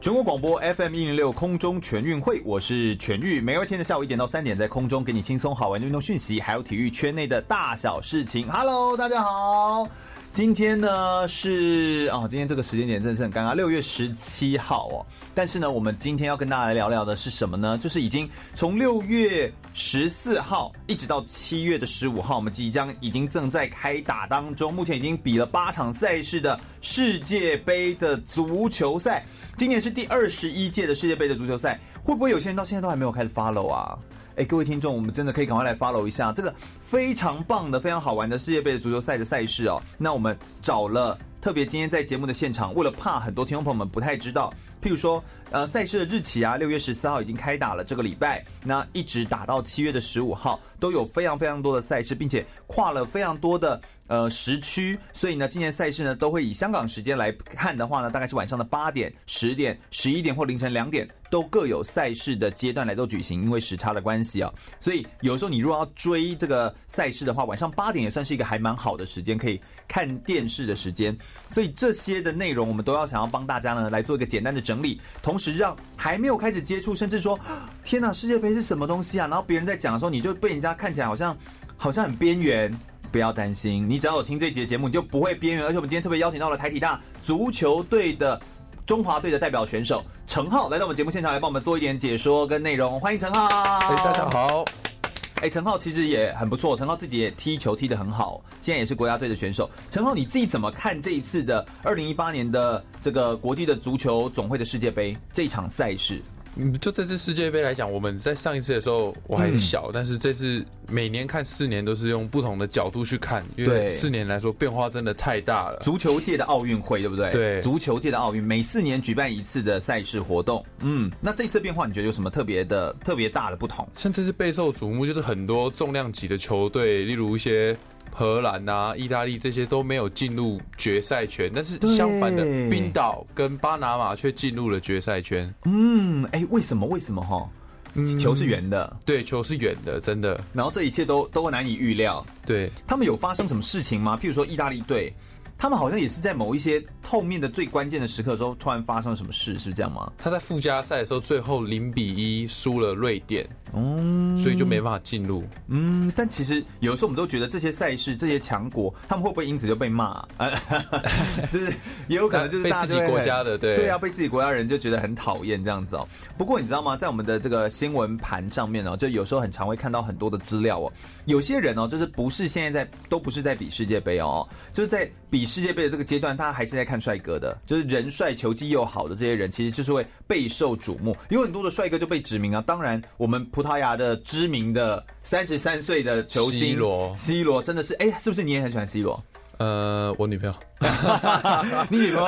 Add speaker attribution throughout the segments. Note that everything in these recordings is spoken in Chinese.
Speaker 1: 全国广播 FM 一零六空中全运会，我是全玉。每一天的下午一点到三点，在空中给你轻松好玩的运动讯息，还有体育圈内的大小事情。Hello，大家好。今天呢是哦，今天这个时间点真的是很尴尬，六月十七号哦。但是呢，我们今天要跟大家来聊聊的是什么呢？就是已经从六月十四号一直到七月的十五号，我们即将已经正在开打当中，目前已经比了八场赛事的世界杯的足球赛。今年是第二十一届的世界杯的足球赛，会不会有些人到现在都还没有开始 follow 啊？哎，各位听众，我们真的可以赶快来 follow 一下这个非常棒的、非常好玩的世界杯的足球赛的赛事哦。那我们找了特别今天在节目的现场，为了怕很多听众朋友们不太知道，譬如说，呃，赛事的日期啊，六月十四号已经开打了，这个礼拜那一直打到七月的十五号，都有非常非常多的赛事，并且跨了非常多的呃时区，所以呢，今年赛事呢都会以香港时间来看的话呢，大概是晚上的八点、十点、十一点或凌晨两点，都各有赛事的阶段来做举行，因为时差的关系啊，所以有时候你如果要追这个赛事的话，晚上八点也算是一个还蛮好的时间，可以看电视的时间。所以这些的内容我们都要想要帮大家呢来做一个简单的整理，同时让还没有开始接触，甚至说天哪，世界杯是什么东西啊？然后别人在讲的时候，你就被人家看起来好像好像很边缘。不要担心，你只要有听这节节目，你就不会边缘。而且我们今天特别邀请到了台体大足球队的中华队的代表选手陈浩来到我们节目现场来帮我们做一点解说跟内容，欢迎陈浩。
Speaker 2: 哎，大家好，
Speaker 1: 哎，陈浩其实也很不错，陈浩自己也踢球踢得很好，现在也是国家队的选手。陈浩，你自己怎么看这一次的二零一八年的这个国际的足球总会的世界杯这一场赛事？
Speaker 2: 嗯，就这次世界杯来讲，我们在上一次的时候我还小，但是这次每年看四年都是用不同的角度去看，因
Speaker 1: 对
Speaker 2: 为四年来说变化真的太大了。
Speaker 1: 足球界的奥运会，对不对？
Speaker 2: 对
Speaker 1: 足球界的奥运，每四年举办一次的赛事活动。嗯，那这次变化，你觉得有什么特别的、特别大的不同？
Speaker 2: 像这次备受瞩目，就是很多重量级的球队，例如一些荷兰啊、意大利这些都没有进入决赛圈，但是
Speaker 1: 对
Speaker 2: 相反的，冰岛跟巴拿马却进入了决赛圈。
Speaker 1: 嗯，哎，为什么？为什么哈？球是圆的，
Speaker 2: 对，球是远的，真的。
Speaker 1: 然后这一切都都难以预料。
Speaker 2: 对，
Speaker 1: 他们有发生什么事情吗？譬如说意大利队，他们好像也是在某一些后面的最关键的时刻的时候，突然发生了什么事，是这样吗？
Speaker 2: 他在附加赛的时候最后零比一输了瑞典，所以就没办法进入。
Speaker 1: 嗯，但其实有时候我们都觉得这些赛事、这些强国，他们会不会因此就被骂？ 啊、就是也有可能就是
Speaker 2: 被
Speaker 1: 大家
Speaker 2: 自
Speaker 1: 就
Speaker 2: 己
Speaker 1: 会
Speaker 2: 国
Speaker 1: 很
Speaker 2: 家的对
Speaker 1: 对啊，被自己国家人就觉得很讨厌这样子哦。不过你知道吗，在我们的这个新闻盘上面哦，就有时候很常会看到很多的资料哦。有些人哦，就是不是现在在都不是在比世界杯哦，就是在比世界杯的这个阶段，他还是在看帅哥的，就是人帅球技又好的这些人，其实就是会备受瞩目。有很多的帅哥就被指名啊。当然，我们葡萄牙的知名的三十三岁的球星
Speaker 2: C 罗
Speaker 1: ，C 罗真的是哎，是不是你也很喜欢 C 罗？
Speaker 2: 呃，我女朋友，
Speaker 1: 你女朋友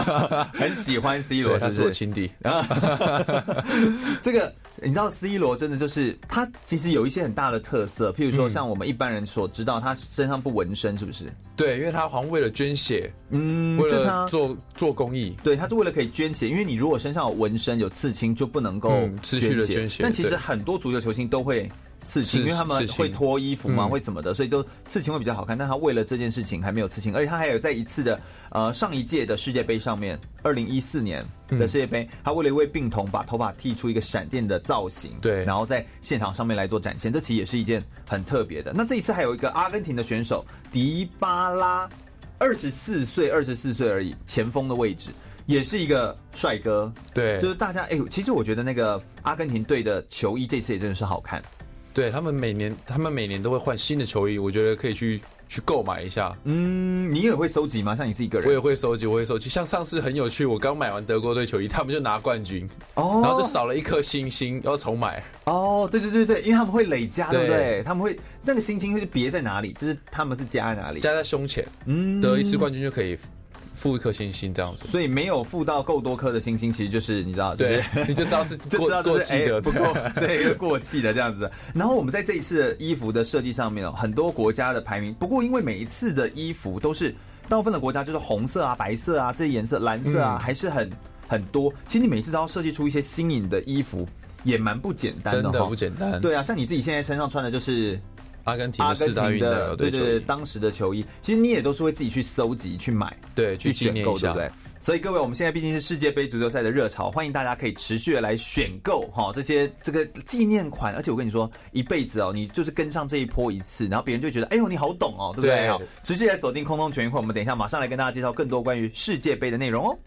Speaker 1: 很喜欢 C 罗，是不
Speaker 2: 对，她
Speaker 1: 啊是
Speaker 2: 是我情敌。
Speaker 1: 这个你知道，C 罗真的就是他，其实有一些很大的特色，譬如说像我们一般人所知道，他身上不纹身，是不是？
Speaker 2: 对，因为她好像为了捐血，
Speaker 1: 嗯，
Speaker 2: 为
Speaker 1: 就
Speaker 2: 了
Speaker 1: 他。
Speaker 2: 做做公益，
Speaker 1: 对，他是为了可以捐血，因为你如果身上有纹身、有刺青，就不能够
Speaker 2: 嗯持续地捐血
Speaker 1: 但其实
Speaker 2: 对
Speaker 1: 很多足球球星都会刺青，
Speaker 2: 是
Speaker 1: 因为他们
Speaker 2: 刺青
Speaker 1: 会脱衣服嘛，
Speaker 2: 嗯
Speaker 1: 会怎么的，所以就刺青会比较好看。但他为了这件事情还没有刺青，而且他还有在一次的呃上一届的世界杯上面，二零一四年
Speaker 2: 嗯
Speaker 1: 的世界杯，他为了一位病童把头发剃出一个闪电的造型，
Speaker 2: 对
Speaker 1: 然后在现场上面来做展现，这其实也是一件很特别的。那这一次还有一个阿根廷的选手迪巴拉，二十四岁，二十四岁而已，前锋的位置。也是一个帅哥，
Speaker 2: 对
Speaker 1: 就是大家哎、其实我觉得那个阿根廷队的球衣这次也真的是好看，
Speaker 2: 对他们每年他们每年都会换新的球衣，我觉得可以去去购买一下。
Speaker 1: 嗯，你也会收集吗？像你自己个人，
Speaker 2: 我也会收集，我会收集。像上次很有趣，我刚买完德国队球衣，他们就拿冠军，
Speaker 1: 哦，
Speaker 2: 然后就少了一颗星星，要重买。
Speaker 1: 哦，对对对对，因为他们会累加，对
Speaker 2: 对
Speaker 1: 不对？他们会那个星星是别在哪里，就是他们是加在哪里，
Speaker 2: 加在胸前，
Speaker 1: 嗯
Speaker 2: 得一次冠军就可以付一颗星星这样子。
Speaker 1: 所以没有付到够多颗的星星，其实就是你知道，就是
Speaker 2: 对， 你就知道是
Speaker 1: 就
Speaker 2: 过
Speaker 1: 知道
Speaker 2: 过
Speaker 1: 就是
Speaker 2: 期
Speaker 1: 哎、
Speaker 2: 的，
Speaker 1: 不
Speaker 2: 对
Speaker 1: 够，对，一个过 气的这样子。然后我们在这一次的衣服的设计上面哦，很多国家的排名，不过因为每一次的衣服都是大部分的国家就是红色啊、白色啊这些颜色，蓝色啊、
Speaker 2: 嗯
Speaker 1: 还是很很多。其实你每次都要设计出一些新颖的衣服，也蛮不简单
Speaker 2: 真
Speaker 1: 的
Speaker 2: 的
Speaker 1: 哈
Speaker 2: 不。简单。，
Speaker 1: 对啊，像你自己现在身上穿的就是
Speaker 2: 阿根廷
Speaker 1: 阿
Speaker 2: 的
Speaker 1: 根
Speaker 2: 四大
Speaker 1: 廷
Speaker 2: 运
Speaker 1: 的，
Speaker 2: 的，
Speaker 1: 对对对，
Speaker 2: 球衣
Speaker 1: 当时的球衣，其实你也都是会自己去搜集、去买。
Speaker 2: 对，去纪
Speaker 1: 选
Speaker 2: 念
Speaker 1: 购，
Speaker 2: 一
Speaker 1: 对
Speaker 2: 下
Speaker 1: 不。对？所以各位，我们现在毕竟是世界杯足球赛的热潮，欢迎大家可以持续的来选购哈、这些这个纪念款。而且我跟你说，一辈子哦，你就是跟上这一波一次，然后别人就觉得，哎呦，你好懂哦，对不对？
Speaker 2: 对
Speaker 1: 好，持续来锁定空中全运会，我们等一下马上来跟大家介绍更多关于世界杯的内容哦。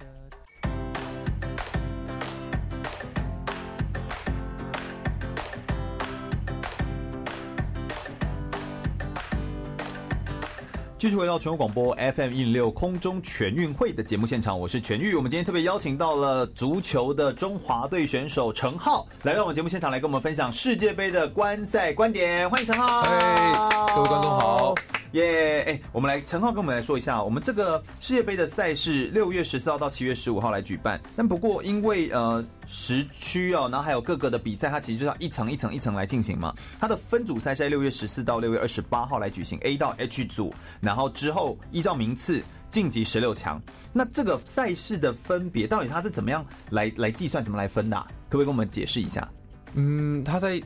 Speaker 1: 继续回到全国广播 FM 一零六空中全运会的节目现场，我是全玉。我们今天特别邀请到了足球的中华队选手陈浩来到我们节目现场，来跟我们分享世界杯的观赛观点。欢迎陈浩！
Speaker 3: 嗨各位观众
Speaker 2: 哦
Speaker 3: 好！
Speaker 1: 耶！哎，我们来陈浩跟我们来说一下，我们这个世界杯的赛事六月十四号到七月十五号来举办，但不过因为呃时区哦，然后还有各个的比赛，它其实就是要一层一层一层来进行嘛。它的分组赛是在六月十四到六月二十八号来举行，A 到 H 组，然后之后依照名次晋级十六强。那这个赛事的分别到底它是怎么样来来计算，怎么来分的啊、可不可以跟我们解释一下？
Speaker 2: 嗯，他在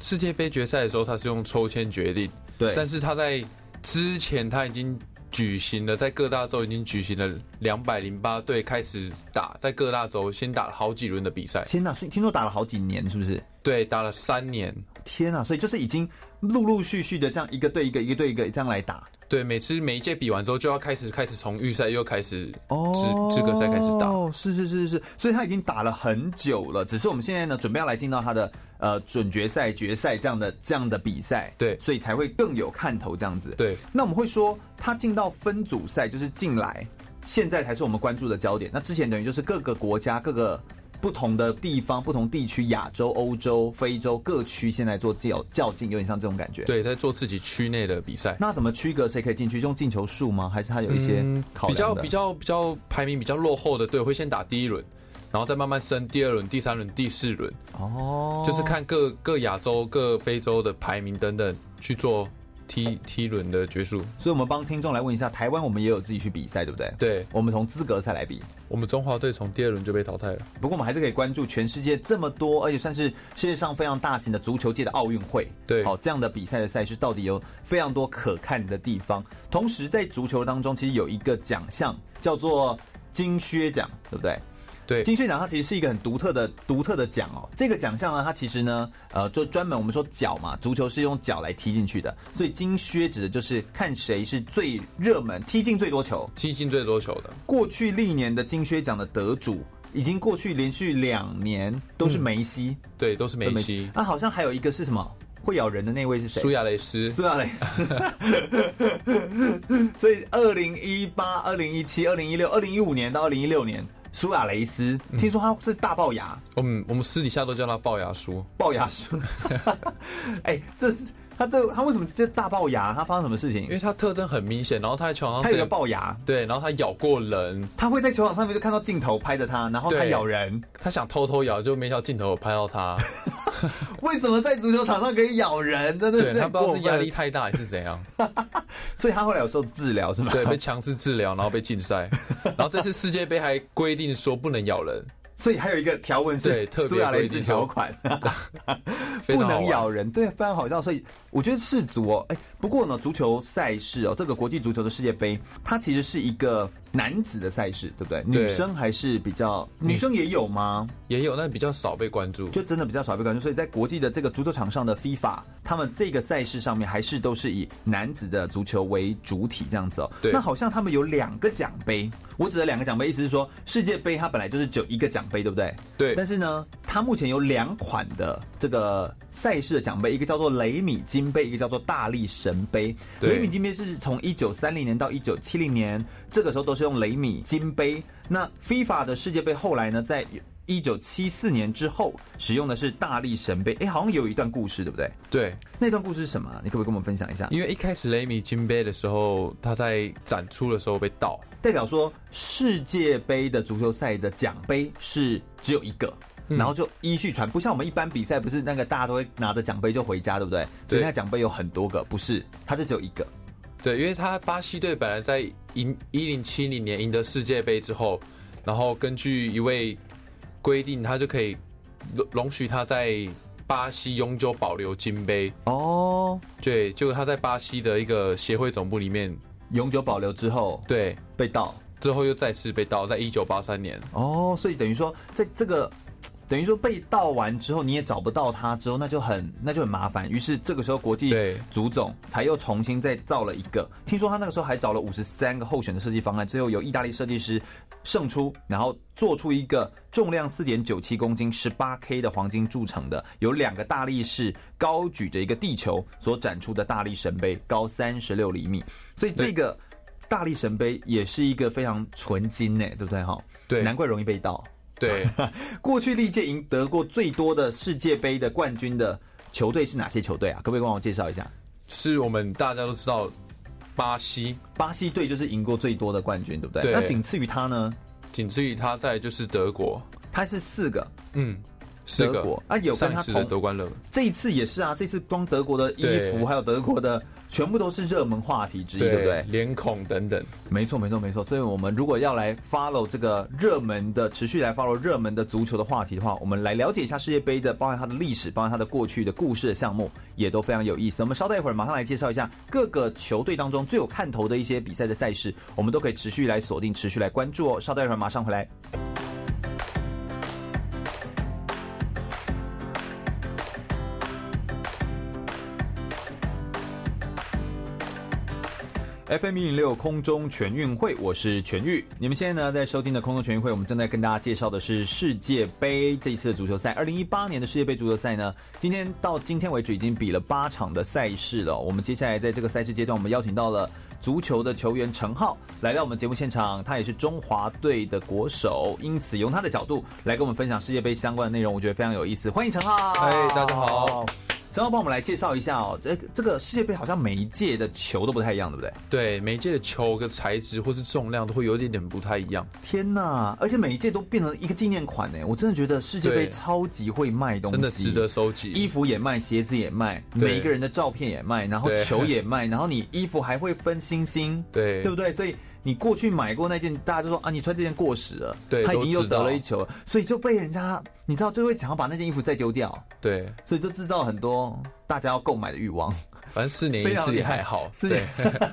Speaker 2: 世界杯决赛的时候，他是用抽签决定，
Speaker 1: 对，
Speaker 2: 但是他在之前他已经举行了，在各大洲已经举行了两百零八队开始打，在各大洲先打了好几轮的比赛，
Speaker 1: 天哪，是听说打了好几年，是不是？
Speaker 2: 对，打了三年，
Speaker 1: 天啊！所以就是已经陆陆续续的这样一个对一个，一个对一个这样来打。
Speaker 2: 对，每次每一届比完之后就要开始开始从预赛又开始
Speaker 1: 哦，
Speaker 2: 资资格赛开始打，
Speaker 1: 哦，是是是是，所以他已经打了很久了，只是我们现在呢，准备要来进到他的呃准决赛、决赛这样的这样的比赛，
Speaker 2: 对
Speaker 1: 所以才会更有看头这样子。，
Speaker 2: 对，
Speaker 1: 那我们会说他进到分组赛，就是进来，现在才是我们关注的焦点。那之前等于就是各个国家、各个不同的地方、不同地区，亚洲、欧洲、非洲各区现在做较较劲，有点像这种感觉。，
Speaker 2: 对，在做自己区内的比赛。
Speaker 1: 那怎么区隔谁可以进去？用进球数吗？还是他有一些
Speaker 2: 嗯
Speaker 1: 考
Speaker 2: 比
Speaker 1: 量
Speaker 2: 较
Speaker 1: 的
Speaker 2: 比较比较排名比较落后的队会先打第一轮，然后再慢慢升第二轮、第三轮、第四轮，
Speaker 1: 哦，
Speaker 2: 就是看各各亚洲、各非洲的排名等等去做踢踢轮的决数。
Speaker 1: 所以，我们帮听众来问一下，台湾我们也有自己去比赛，对不对？，
Speaker 2: 对
Speaker 1: 我们从资格赛来比，
Speaker 2: 我们中华队从第二轮就被淘汰了，
Speaker 1: 不过我们还是可以关注全世界这么多，而且算是世界上非常大型的足球界的奥运会。
Speaker 2: 对
Speaker 1: 好，这样的比赛的赛事到底有非常多可看的地方。同时，在足球当中，其实有一个奖项叫做金靴奖，对不对？
Speaker 2: 对
Speaker 1: 金靴奖它其实是一个很独特的独特的奖哦。这个奖项呢，它其实呢，呃，就专门我们说脚嘛，足球是用脚来踢进去的，所以金靴指的就是看谁是最热门，踢进最多球。
Speaker 2: 踢进最多球的。
Speaker 1: 过去历年的金靴奖的得主，已经过去连续两年都是梅西，
Speaker 2: 对，都是梅西、
Speaker 1: 那、好像还有一个是什么会咬人的那位是谁？
Speaker 2: 苏亚雷斯。
Speaker 1: 苏亚雷斯。 所以，二零一八、二零一七、二零一六、二零一五年到二零一六年，苏亚雷斯
Speaker 2: 嗯
Speaker 1: 听说他是大龅牙，
Speaker 2: 我们我们私底下都叫他龅牙叔。
Speaker 1: 龅牙叔。 哎、这是他这他为什么这大龅牙？他发生什么事
Speaker 2: 因
Speaker 1: 情？
Speaker 2: 为他特征很明显，然后他在球场上
Speaker 1: 他有一
Speaker 2: 整
Speaker 1: 个龅牙，
Speaker 2: 对，然后他咬过人，
Speaker 1: 他会在球场上面就看到镜头拍着他，然后他
Speaker 2: 对
Speaker 1: 咬人。
Speaker 2: 他想偷偷咬，就没想到镜头有拍 到他，
Speaker 1: 为什么在足球场上可以咬人？真的
Speaker 2: 对
Speaker 1: 是
Speaker 2: 他
Speaker 1: 很
Speaker 2: 不知道
Speaker 1: 过
Speaker 2: 是压力
Speaker 1: 分。
Speaker 2: 太大还是怎样，
Speaker 1: 所以他后来有受治疗是吗？
Speaker 2: 对，被强制治疗，然后被禁 赛，然后这次世界杯还规定说不能咬人，
Speaker 1: 所以还有一个条文是
Speaker 2: 对特别
Speaker 1: 苏亚雷斯
Speaker 2: 规定
Speaker 1: 条 款，
Speaker 2: 非
Speaker 1: 不
Speaker 2: 常好
Speaker 1: 能
Speaker 2: 玩
Speaker 1: 咬人，对，非常好笑。所以我觉得世足哦，哎、不过呢，足球赛事哦，这个国际足球的世界杯，它其实是一个男子的赛事，对不对？
Speaker 2: 对
Speaker 1: 女生还是比较，女生也有吗？
Speaker 2: 也有，但比较少被关注。
Speaker 1: 就真的比较少被关注，所以在国际的这个足球场上的 FIFA，他们这个赛事上面还是都是以男子的足球为主体这样子哦。
Speaker 2: 对
Speaker 1: 那好像他们有两个奖杯，我指的两个奖杯，意思是说世界杯它本来就是只有一个奖杯，对不对？
Speaker 2: 对
Speaker 1: 但是呢，它目前有两款的这个赛事的奖杯，一个叫做雷米金杯，一个叫做大力神杯。
Speaker 2: 对
Speaker 1: 雷米金杯是从一九三零年到一九七零年，这个时候都是用雷米金杯。那 FIFA 的世界杯后来呢，在一九七四年之后使用的是大力神杯。哎，好像有一段故事，对不对？
Speaker 2: 对，
Speaker 1: 那段故事是什么啊？你可不可以跟我们分享一下？
Speaker 2: 因为一开始雷米金杯的时候，他在展出的时候被盗，
Speaker 1: 代表说世界杯的足球赛的奖杯是只有一个。然后就依序传，不像我们一般比赛，不是那个大家都会拿着奖杯就回家，对不对？所以那奖杯有很多个，不是，它就只有一个。
Speaker 2: 对，因为他巴西队本来在赢一零七零年赢得世界杯之后，然后根据一位规定，他就可以容容许他在巴西永久保留金杯。
Speaker 1: 哦，
Speaker 2: 对，结果他在巴西的一个协会总部里面，
Speaker 1: 永久保留之后
Speaker 2: 对，
Speaker 1: 被盗。
Speaker 2: 之后又再次被盗，在一九八三年。
Speaker 1: 哦，所以等于说，在这个等于说被盗完之后，你也找不到它之后，那就很那就很麻烦。于是这个时候，国际
Speaker 2: 对
Speaker 1: 足总才又重新再造了一个。听说他那个时候还找了五十三个候选的设计方案，最后由意大利设计师胜出，然后做出一个重量四点九七公斤、十八 K 的黄金铸成的，有两个大力士高举着一个地球所展出的大力神杯，高三十六厘米。所以这个大力神杯也是一个非常纯金呢、对不对哈？
Speaker 2: 对
Speaker 1: 难怪容易被盗。
Speaker 2: 对，
Speaker 1: 过去历届赢得过最多的世界杯的冠军的球队是哪些球队啊？可不可以帮我介绍一下？
Speaker 2: 是我们大家都知道，巴西
Speaker 1: 巴西队就是赢过最多的冠军，对不对？
Speaker 2: 对
Speaker 1: 那仅次于他呢？
Speaker 2: 仅次于他，在就是德国，
Speaker 1: 他是四个，
Speaker 2: 嗯，四
Speaker 1: 德
Speaker 2: 个
Speaker 1: 国啊有跟
Speaker 2: 上
Speaker 1: 他
Speaker 2: 一次的
Speaker 1: 同
Speaker 2: 夺冠热门。
Speaker 1: 这一次也是啊，这次光德国的衣服
Speaker 2: 对
Speaker 1: 还有德国的全部都是热门话题之一，对不对？
Speaker 2: 脸孔等等，
Speaker 1: 没错，没错，没错。所以，我们如果要来 follow 这个热门的，持续来 follow 热门的足球的话题的话，我们来了解一下世界杯的，包含它的历史，包含它的过去的故事的项目，也都非常有意思。我们稍待一会儿，马上来介绍一下各个球队当中最有看头的一些比赛的赛事，我们都可以持续来锁定，持续来关注哦。稍待一会儿，马上回来。FM 一零六空中全运会，我是全玉。你们现在呢在收听的空中全运会，我们正在跟大家介绍的是世界杯这一次的足球赛。二零一八年的世界杯足球赛呢，今天到今天为止已经比了八场的赛事了。我们接下来在这个赛事阶段，我们邀请到了足球的球员陈浩来到我们节目现场，他也是中华队的国手，因此用他的角度来跟我们分享世界杯相关的内容，我觉得非常有意思。欢迎陈浩，哦
Speaker 2: 哎大家好。
Speaker 1: 陈浩帮我们来介绍一下哦，这这个世界杯好像每一届的球都不太一样，对不对？
Speaker 2: 对每一届的球的材质或是重量都会有一点点不太一样，
Speaker 1: 天呐！而且每一届都变成一个纪念款呢，我真的觉得世界杯
Speaker 2: 对
Speaker 1: 超级会卖东西，
Speaker 2: 真的值得收
Speaker 1: 衣
Speaker 2: 集。
Speaker 1: 服也卖，鞋子也卖，
Speaker 2: 对
Speaker 1: 每一个人的照片也卖，然后
Speaker 2: 对
Speaker 1: 球也卖，然后你衣服还会分星星，
Speaker 2: 对
Speaker 1: 对不对？所以你过去买过那件，大家就说啊，你穿这件过时了，
Speaker 2: 对
Speaker 1: 他已经
Speaker 2: 都
Speaker 1: 又
Speaker 2: 知道
Speaker 1: 得了一球了，所以就被人家，你知道，就会想要把那件衣服再丢掉，
Speaker 2: 对，
Speaker 1: 所以就制造很多大家要购买的欲望。
Speaker 2: 反正四年一
Speaker 1: 非常
Speaker 2: 次
Speaker 1: 厉
Speaker 2: 也
Speaker 1: 害
Speaker 2: 还好。
Speaker 1: 四
Speaker 2: 对
Speaker 1: 年，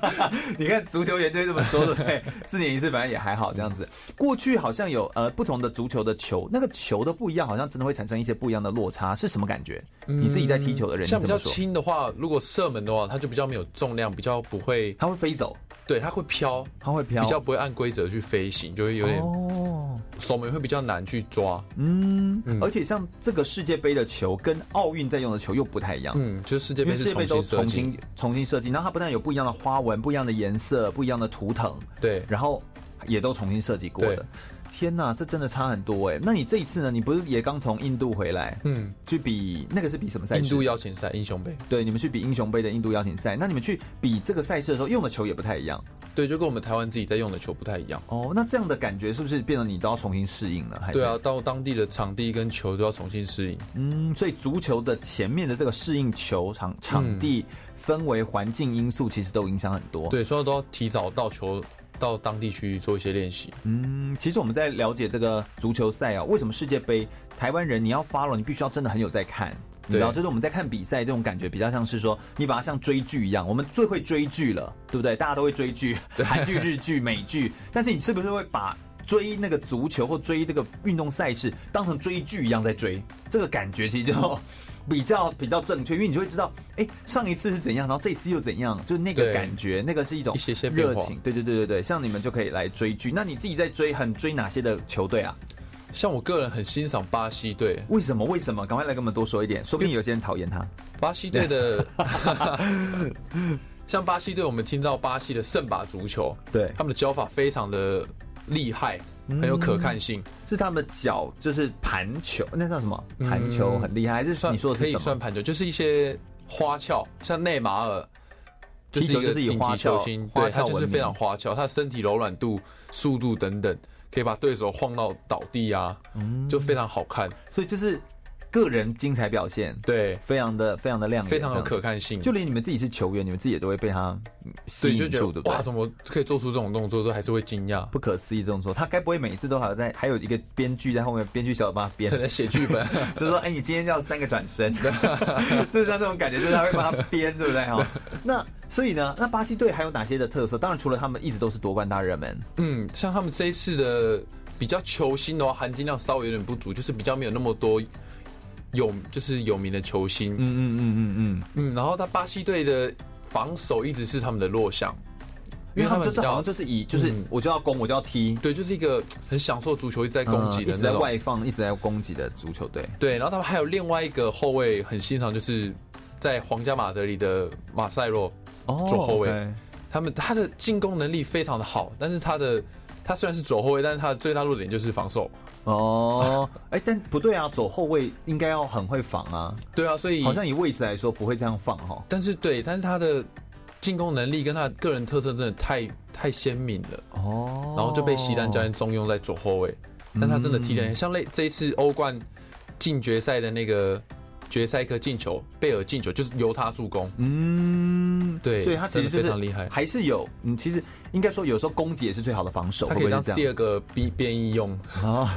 Speaker 1: 你看足球员就会这么说，对不对？四年一次，反正也还好这样子。过去好像有呃不同的足球的球，那个球的不一样，好像真的会产生一些不一样的落差，是什么感觉？你自己在踢球的人，
Speaker 2: 嗯像
Speaker 1: 你
Speaker 2: 比
Speaker 1: 怎
Speaker 2: 较
Speaker 1: 么说？
Speaker 2: 轻的话，如果射门的话，它就比较没有重量，比较不会，
Speaker 1: 它会飞走，
Speaker 2: 对，它会飘，
Speaker 1: 它会飘，
Speaker 2: 比较不会按规则去飞行，就会有点
Speaker 1: 哦，
Speaker 2: 手门会比较难去抓。
Speaker 1: 嗯。
Speaker 2: 嗯
Speaker 1: 而且像这个世界杯的球跟奥运在用的球又不太一样。
Speaker 2: 嗯，就是世界
Speaker 1: 因为
Speaker 2: 杯
Speaker 1: 世
Speaker 2: 是
Speaker 1: 界杯
Speaker 2: 重
Speaker 1: 都
Speaker 2: 新设
Speaker 1: 重
Speaker 2: 计，
Speaker 1: 新重新设计，然后它不但有不一样的花纹、不一样的颜色、不一样的图腾，
Speaker 2: 对，
Speaker 1: 然后也都重新设计过的
Speaker 2: 对。
Speaker 1: 天呐，这真的差很多哎！那你这一次呢？你不是也刚从印度回来？
Speaker 2: 嗯，
Speaker 1: 去比那个是比什么赛事？
Speaker 2: 印度邀请赛、英雄杯，
Speaker 1: 对，你们去比英雄杯的印度邀请赛。那你们去比这个赛事的时候，用的球也不太一样
Speaker 2: 对，就跟我们台湾自己在用的球不太一样。
Speaker 1: 哦。那这样的感觉是不是变得你都要重新适应了？还是
Speaker 2: 对啊，，到当地的场地跟球都要重新适应。
Speaker 1: 嗯，所以足球的前面的这个适应球场、
Speaker 2: 嗯
Speaker 1: 场地、氛围、环境因素，其实都影响很多。
Speaker 2: 对，所以都要提早到球到当地去做一些练习。
Speaker 1: 嗯，其实我们在了解这个足球赛啊，为什么世界杯台湾人你要 follow，你必须要真的很有在看。你知道，
Speaker 2: 对
Speaker 1: 就是我们在看比赛这种感觉，比较像是说，你把它像追剧一样，我们最会追剧了，对不对？大家都会追剧，韩剧、日剧、美剧，但是你是不是会把追那个足球或追这个运动赛事当成追剧一样在追？这个感觉其实
Speaker 2: 嗯
Speaker 1: 就比较比较正确，因为你就会知道，哎，上一次是怎样，然后这一次又怎样，就是那个
Speaker 2: 对
Speaker 1: 感觉，那个是一种
Speaker 2: 一些些变
Speaker 1: 热
Speaker 2: 化
Speaker 1: 情。对对对对对，像你们就可以来追剧。那你自己在追很追哪些的球队啊？
Speaker 2: 像我个人很欣赏巴西队，
Speaker 1: 为什么？为什么？赶快来跟我们多说一点，说不定有些人讨厌他。
Speaker 2: 巴西 队的，像巴西队，我们听到巴西的圣把足球，
Speaker 1: 对，
Speaker 2: 他们的脚法非常的厉害，
Speaker 1: 嗯
Speaker 2: 很有可看性，
Speaker 1: 是他们的脚就是盘球，那叫什么？盘球很厉害，还是
Speaker 2: 嗯算
Speaker 1: 你说的
Speaker 2: 可
Speaker 1: 是
Speaker 2: 以
Speaker 1: 什
Speaker 2: 算
Speaker 1: 么？
Speaker 2: 盘球，就是一些花俏，像内马尔。就是一
Speaker 1: 踢球就
Speaker 2: 个
Speaker 1: 是以
Speaker 2: 顶
Speaker 1: 花
Speaker 2: 级
Speaker 1: 俏
Speaker 2: 球星，
Speaker 1: 花俏
Speaker 2: 对他就是
Speaker 1: 闻
Speaker 2: 非
Speaker 1: 名
Speaker 2: 常花俏，他的身体柔软度、速度等等，可以把对手晃到倒地啊，
Speaker 1: 嗯
Speaker 2: 就非常好看，
Speaker 1: 所以就是个人精彩表现，
Speaker 2: 对，
Speaker 1: 非常的非常的亮眼，
Speaker 2: 非常有
Speaker 1: 这样
Speaker 2: 可看性。
Speaker 1: 嗯就连你们自己是球员，你们自己也都会被他嗯吸
Speaker 2: 对，就
Speaker 1: 引
Speaker 2: 觉
Speaker 1: 住，对
Speaker 2: 得
Speaker 1: 不
Speaker 2: 哇，
Speaker 1: 对？
Speaker 2: 怎么可以做出这种动作，都还是会惊讶。
Speaker 1: 不可思议这种说，他该不会每一次都还有在还有一个编剧在后面，编剧小帮他编
Speaker 2: 可，能写 剧本，
Speaker 1: 就说哎、你今天要三个转 身，就是像这种感觉，就是他会帮他编，对不对？ 哈，那所以呢，那巴西队还有哪些的特色？当然，除了他们一直都是夺冠大热门，
Speaker 2: 嗯，像他们这一次的比较球星的话，含金量稍微有点不足，就是比较没有那么多有就是有名的球星。
Speaker 1: 嗯嗯嗯嗯嗯，
Speaker 2: 嗯，然后他巴西队的防守一直是他们的弱项，
Speaker 1: 因为他们就
Speaker 2: 比
Speaker 1: 是好像
Speaker 2: 较
Speaker 1: 就是以就是
Speaker 2: 嗯
Speaker 1: 我就要攻，我就要踢，
Speaker 2: 对，就是一个很享受足球一直在攻击
Speaker 1: 嗯一
Speaker 2: 的
Speaker 1: 直
Speaker 2: 那
Speaker 1: 在
Speaker 2: 种。
Speaker 1: 外放，一直在攻击的足球队。
Speaker 2: 对，然后他们还有另外一个后卫很欣赏，就是在皇家马德里的马塞洛，
Speaker 1: 哦
Speaker 2: 左后卫
Speaker 1: OK
Speaker 2: 他们他的进攻能力非常的好，但是他的他虽然是左后卫，但是他的最大弱点就是防守。
Speaker 1: 哦， 哎、但不对啊，左后卫应该要很会防啊，
Speaker 2: 对啊，所以
Speaker 1: 好像以位置来说不会这样放哈。
Speaker 2: 但是对，但是他的进攻能力跟他的个人特色真的太太鲜明了，
Speaker 1: 哦，嗯
Speaker 2: 然后就被西丹教练重用在左后卫，但他真的踢得很像类这一次欧冠进决赛的那个决赛颗进球，贝尔进球就是由他助攻，
Speaker 1: 嗯，
Speaker 2: 对
Speaker 1: 所以他其实就
Speaker 2: 真的
Speaker 1: 是
Speaker 2: 非常厉害
Speaker 1: 还是有，嗯，其实应该说有时候攻击也是最好的防守，
Speaker 2: 他
Speaker 1: 会不
Speaker 2: 可以
Speaker 1: 会
Speaker 2: 当
Speaker 1: 是这
Speaker 2: 第
Speaker 1: 样？
Speaker 2: 二个边边翼用，
Speaker 1: 啊，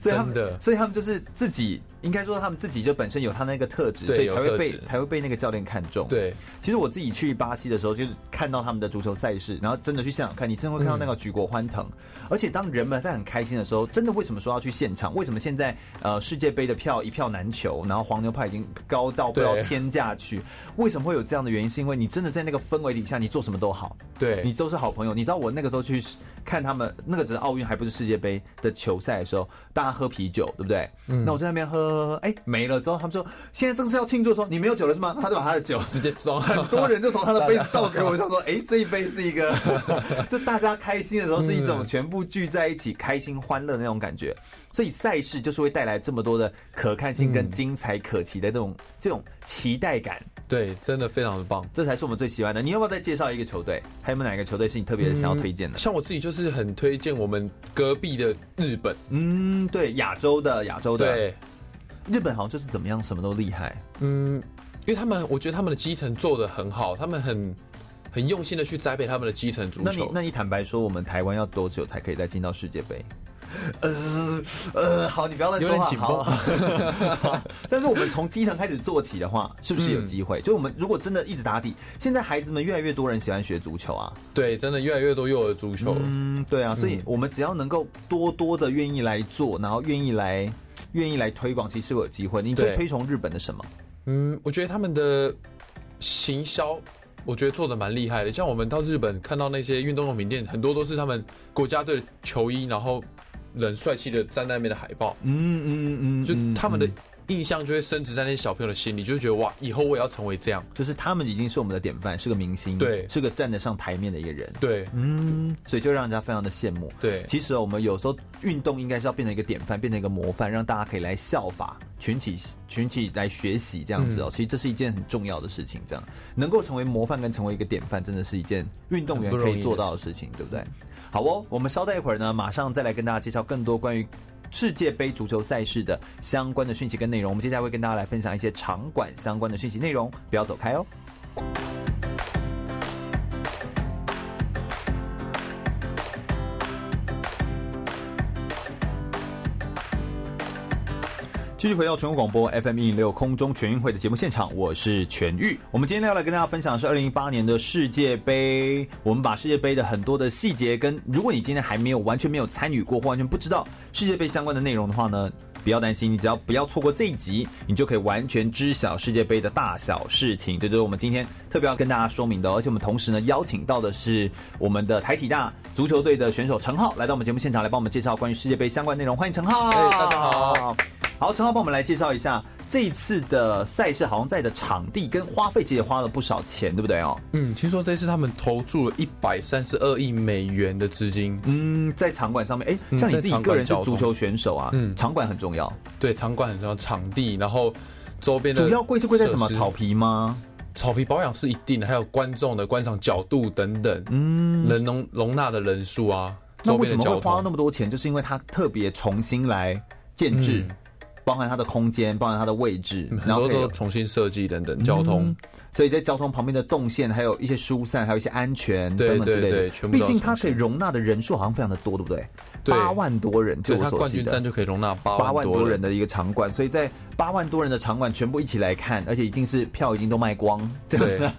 Speaker 1: 所以他们
Speaker 2: 真的
Speaker 1: 所以他们就是自己，应该说他们自己就本身有他那个特质，
Speaker 2: 对
Speaker 1: 所以才
Speaker 2: 有
Speaker 1: 会
Speaker 2: 特
Speaker 1: 被
Speaker 2: 质
Speaker 1: 才会被那个教练看中。，
Speaker 2: 对
Speaker 1: 其实我自己去巴西的时候，就是看到他们的足球赛事，然后真的去现场看，你真的会看到那个举国欢腾。
Speaker 2: 嗯
Speaker 1: 而且当人们在很开心的时候，真的为什么说要去现场？为什么现在呃世界杯的票一票难求，然后黄牛票已经高到不知道
Speaker 2: 对
Speaker 1: 天价去？为什么会有这样的原因？是因为你真的在那个氛围底下，你做什么都好，你
Speaker 2: 对
Speaker 1: 都是好朋友。你知道我那个时候去看他们，那个只是奥运还不是世界杯的球赛的时候，大家喝啤酒，对不对？那我在那边喝喝喝，哎、没了之后，他们说现在正是要庆祝的时候，你没有酒了是吗？他就把他的酒
Speaker 2: 直接 装，
Speaker 1: 很多人就从他的杯子倒给我，想说，哎、这一杯是一个，就大家开心的时候是一种全部聚在一起、开心欢乐的那种感觉。所以赛事就是会带来这么多的可看性跟精彩可期的这种、这种期待感，
Speaker 2: 对，真的非常的棒。
Speaker 1: 这才是我们最喜欢的。你要不要再介绍一个球队？还有没有哪一个球队是你特别想要推荐的？
Speaker 2: 像我自己就是很推荐我们隔壁的日本，
Speaker 1: 嗯，对，亚洲的亚洲的，
Speaker 2: 对，
Speaker 1: 日本好像就是怎么样什么都厉害。
Speaker 2: 嗯，因为他们，我觉得他们的基层做的很好，他们很很用心的去栽培他们的基层足
Speaker 1: 那你
Speaker 2: 球。
Speaker 1: 那你坦白说，我们台湾要多久才可以再进到世界杯？ 呃呃，好，你不要再说
Speaker 2: 有点
Speaker 1: 话，
Speaker 2: 紧绷
Speaker 1: 好。 好嗯但是我们从基层开始做起的话，是不是有机会？就我们如果真的一直打底，现在孩子们越来越多人喜欢学足球啊。
Speaker 2: 对，真的越来越多幼儿足球。
Speaker 1: 嗯，对啊，所以我们只要能够多多的愿意来做，然后愿意来愿意来推广，其实我有机会。你最
Speaker 2: 对
Speaker 1: 推崇日本的什么？
Speaker 2: 嗯，我觉得他们的行销，我觉得做的蛮厉害的。像我们到日本看到那些运动用品店，很多都是他们国家队的球衣，然后人帅气的站在那边的海报，
Speaker 1: 嗯嗯嗯
Speaker 2: 就他们的
Speaker 1: 嗯
Speaker 2: 印象就会深植在那些小朋友的心里，就觉得哇，以后我也要成为这样。
Speaker 1: 就是他们已经是我们的典范，是个明星，
Speaker 2: 对
Speaker 1: 是个站得上台面的一个人。
Speaker 2: 对
Speaker 1: 嗯，所以就让人家非常的羡慕。
Speaker 2: 对
Speaker 1: 其实哦我们有时候运动应该是要变成一个典范，变成一个模范，让大家可以来效法，群体群体来学习这样子哦。其实这是一件很重要的事情，这样能够成为模范跟成为一个典范，真的是一件运动员
Speaker 2: 很不
Speaker 1: 可
Speaker 2: 容易
Speaker 1: 以做到的事情，对不对？好哦，我们稍待一会儿呢，马上再来跟大家介绍更多关于。世界杯足球赛事的相关的讯息跟内容，我们接下来会跟大家来分享一些场馆相关的讯息内容，不要走开哦。继续回到全国广播 FM 一零六空中全运会的节目现场，我是全玉。我们今天要来跟大家分享的是二零一八年的世界杯。我们把世界杯的很多的细节跟，如果你今天还没有完全没有参与过或完全不知道世界杯相关的内容的话呢，不要担心，你只要不要错过这一集，你就可以完全知晓世界杯的大小事情。这就是我们今天特别要跟大家说明的哦。而且我们同时呢，邀请到的是我们的台体大足球队的选手陈浩来到我们节目现场来帮我们介绍关于世界杯相关内容。欢迎陈浩，
Speaker 2: 哎大家好。
Speaker 1: 好，陈浩帮我们来介绍一下这一次的赛事，好像在的场地跟花费其实也花了不少钱，对不对哦？
Speaker 2: 嗯，听说这次他们投注了一百三十二亿美元的资金，
Speaker 1: 嗯，在场馆上面，哎、
Speaker 2: 嗯
Speaker 1: 像你自
Speaker 2: 在
Speaker 1: 己
Speaker 2: 场
Speaker 1: 个
Speaker 2: 馆
Speaker 1: 人是
Speaker 2: 交
Speaker 1: 足
Speaker 2: 通
Speaker 1: 球选手啊，
Speaker 2: 嗯
Speaker 1: 场馆很重要，
Speaker 2: 对，场馆很重要，场地，然后周边的
Speaker 1: 主要贵是贵在什么？
Speaker 2: 设施
Speaker 1: 草皮吗？
Speaker 2: 草皮保养是一定的，还有观众的观赏角度等等，嗯，能容容纳的人数啊，
Speaker 1: 那
Speaker 2: 周
Speaker 1: 为
Speaker 2: 边
Speaker 1: 什
Speaker 2: 的
Speaker 1: 么
Speaker 2: 交
Speaker 1: 会花那
Speaker 2: 通，
Speaker 1: 么多钱？就是因为它特别重新来建制，包含它的空间，包含它的位置，
Speaker 2: 嗯很
Speaker 1: 然后
Speaker 2: 多
Speaker 1: 可以嗯
Speaker 2: 都
Speaker 1: 有
Speaker 2: 重新设计等等，交通
Speaker 1: 所以在交通旁边的动线，还有一些疏散，还有一些安全
Speaker 2: 对
Speaker 1: 等等之类
Speaker 2: 对
Speaker 1: 的
Speaker 2: 对。全部
Speaker 1: 毕
Speaker 2: 都要
Speaker 1: 竟它
Speaker 2: 重
Speaker 1: 可
Speaker 2: 新
Speaker 1: 以容纳的人数好像非常的多，对不对？
Speaker 2: 对
Speaker 1: 八万多人，据
Speaker 2: 对
Speaker 1: 我
Speaker 2: 它
Speaker 1: 所
Speaker 2: 冠
Speaker 1: 记
Speaker 2: 军
Speaker 1: 得
Speaker 2: 站。就可以容纳
Speaker 1: 八
Speaker 2: 八
Speaker 1: 万
Speaker 2: 万
Speaker 1: 多
Speaker 2: 多
Speaker 1: 人
Speaker 2: 人，
Speaker 1: 的一个场馆，所以在八万多人的场馆全部一起来看，而且一定是票已经都卖光这样的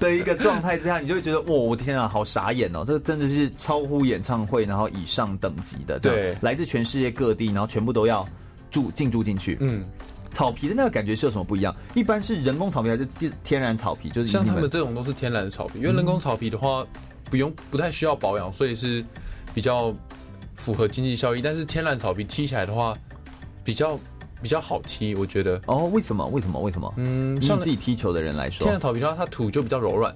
Speaker 1: 的一个状态之下，你就会觉得哇，我天啊，好傻眼哦！这真的是超乎演唱会然后以上等级的，这样
Speaker 2: 对
Speaker 1: 来自全世界各地，然后全部都要住进驻进去。
Speaker 2: 嗯，
Speaker 1: 草皮的那个感觉是有什么不一样？一般是人工草皮还是自天然草皮？就是以
Speaker 2: 像
Speaker 1: 你
Speaker 2: 他们这种都是天然的草皮，因为人工草皮的话，不用不太需要保养，所以是比较符合经济效益。但是天然草皮踢起来的话，比较比较好踢，我觉得。
Speaker 1: 哦，为什么？为什么？为什么？
Speaker 2: 嗯，
Speaker 1: 以你
Speaker 2: 像
Speaker 1: 自己踢球的人来
Speaker 2: 天
Speaker 1: 说
Speaker 2: 然，草皮的话，它土就比较柔软，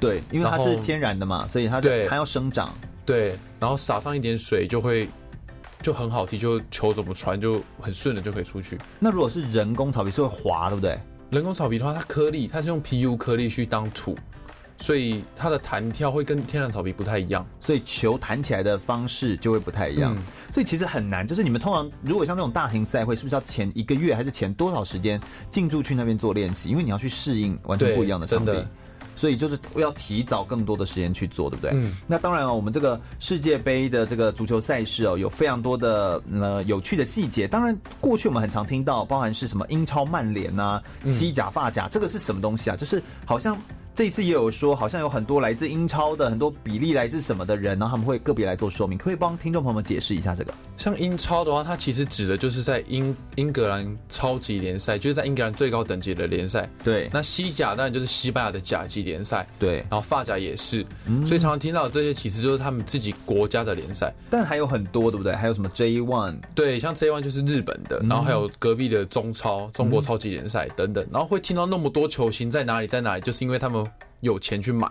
Speaker 1: 对，因为它
Speaker 2: 然后
Speaker 1: 是天然的嘛，所以它就
Speaker 2: 对
Speaker 1: 它要生长。
Speaker 2: 对，然后撒上一点水就会就很好踢，就球怎么传就很顺的就可以出去。
Speaker 1: 那如果是人工草皮是会滑，对不对？
Speaker 2: 人工草皮的话，它颗粒它是用 PU 颗粒去当土，所以它的弹跳会跟天然草皮不太一样。
Speaker 1: 所以球弹起来的方式就会不太一样，
Speaker 2: 嗯
Speaker 1: 所以其实很难。就是你们通常如果像这种大型赛会，是不是要前一个月还是前多少时间进驻去那边做练习？因为你要去适应完全
Speaker 2: 对
Speaker 1: 不一样的场
Speaker 2: 真
Speaker 1: 地
Speaker 2: 的，
Speaker 1: 所以就是要提早更多的时间去做，对不对？
Speaker 2: 嗯
Speaker 1: 那当然哦，我们这个世界杯的这个足球赛事哦，有非常多的呃有趣的细节。当然，过去我们很常听到，包含是什么英超曼联呐、
Speaker 2: 嗯
Speaker 1: 西甲、法甲，这个是什么东西啊？就是好像这一次也有说，好像有很多来自英超的很多比例来自什么的人，然后他们会个别来做说明，可不可以帮听众朋友们解释一下这个。
Speaker 2: 像英超的话，它其实指的就是在英英格兰超级联赛，就是在英格兰最高等级的联赛。
Speaker 1: 对
Speaker 2: 那西甲当然就是西班牙的甲级联赛，
Speaker 1: 对，
Speaker 2: 然后发甲也是，所以常常听到的这些其实就是他们自己国家的联赛。
Speaker 1: 但还有很多，对不对？还有什么 J One
Speaker 2: 对，像 J1 就是日本的，然后还有隔壁的中超、中国超级联赛等等，然后会听到那么多球星在哪里在哪里，就是因为他们有钱去买，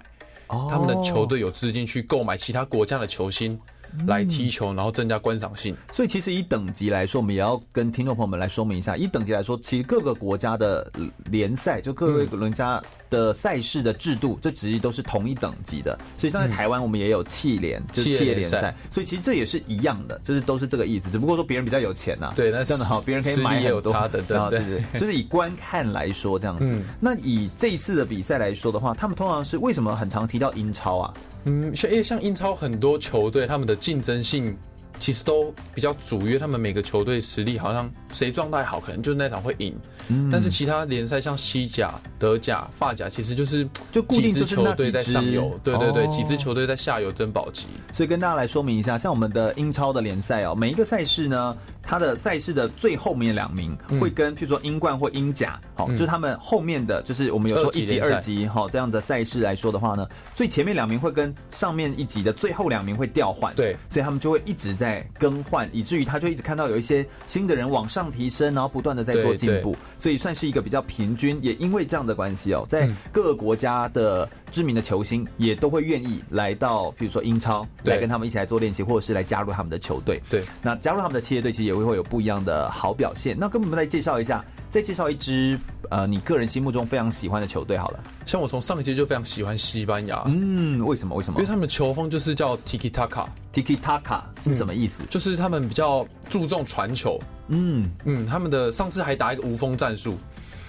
Speaker 1: 哦
Speaker 2: 他们的球队有资金去购买其他国家的球星来踢球，然后增加观赏性。
Speaker 1: 所以其实以等级来说，我们也要跟听众朋友们来说明一下，以等级来说，其实各个国家的呃联赛，就各个国家的赛事的制度，这其实都是同一等级的。所以像在台湾，我们也有企联，就是
Speaker 2: 企
Speaker 1: 企业
Speaker 2: 业
Speaker 1: 联
Speaker 2: 嗯联
Speaker 1: 赛
Speaker 2: 赛，
Speaker 1: 所以其实这也是一样的，就是都是这个意思，只不过说别人比较有钱呐、
Speaker 2: 对那
Speaker 1: 这样的好，
Speaker 2: 实
Speaker 1: 别人可以买
Speaker 2: 实力也有
Speaker 1: 很多，
Speaker 2: 差等等
Speaker 1: 啊
Speaker 2: 对
Speaker 1: 对 对，就是以观看来说这样子。
Speaker 2: 嗯
Speaker 1: 那以这一次的比赛来说的话，他们通常是为什么很常提到英超啊？
Speaker 2: 嗯，像因为像英超很多球队，他们的竞争性其实都比较足，因为他们每个球队实力好像谁状态好，可能就是那场会赢。
Speaker 1: 嗯
Speaker 2: 但是其他联赛像西甲、德甲、法甲，其实就是
Speaker 1: 就固定
Speaker 2: 几支
Speaker 1: 就是那
Speaker 2: 球队
Speaker 1: 几
Speaker 2: 在
Speaker 1: 支
Speaker 2: 上游，对对对，
Speaker 1: 哦
Speaker 2: 几支球队在下游争保级。
Speaker 1: 所以跟大家来说明一下，像我们的英超的联赛哦，每一个赛事呢，它的赛事的最后面两名
Speaker 2: 嗯
Speaker 1: 会跟，譬如说英冠或英甲，好、就是他们后面的，就是我们有说
Speaker 2: 二级
Speaker 1: 一级、
Speaker 2: 联赛
Speaker 1: 二级，好、这样的赛事来说的话呢，最前面两名会跟上面一级的最后两名会调换，
Speaker 2: 对
Speaker 1: 所以他们就会一直在更换，以至于他就一直看到有一些新的人往上提升，然后不断的在做
Speaker 2: 对
Speaker 1: 进步，所以算是一个比较平均。也因为这样的关系哦，在
Speaker 2: 嗯
Speaker 1: 各个国家的知名的球星也都会愿意来到，比如说英超，
Speaker 2: 对
Speaker 1: 来跟他们一起来做练习，或者是来加入他们的球队。
Speaker 2: 对，
Speaker 1: 那加入他们的企业队，其实也会有不一样的好表现。那跟我们再介绍一下，再介绍一支呃，你个人心目中非常喜欢的球队好了。
Speaker 2: 像我从上一届就非常喜欢西班牙，
Speaker 1: 嗯，为什么？为什
Speaker 2: 因
Speaker 1: 么
Speaker 2: 为嗯他们的球风就是叫 Tiki Taka，
Speaker 1: ？Tiki Taka 是什么意思？
Speaker 2: 就是他们比较注重传球。
Speaker 1: 嗯，
Speaker 2: 嗯，他们的上次还打一个无锋战术，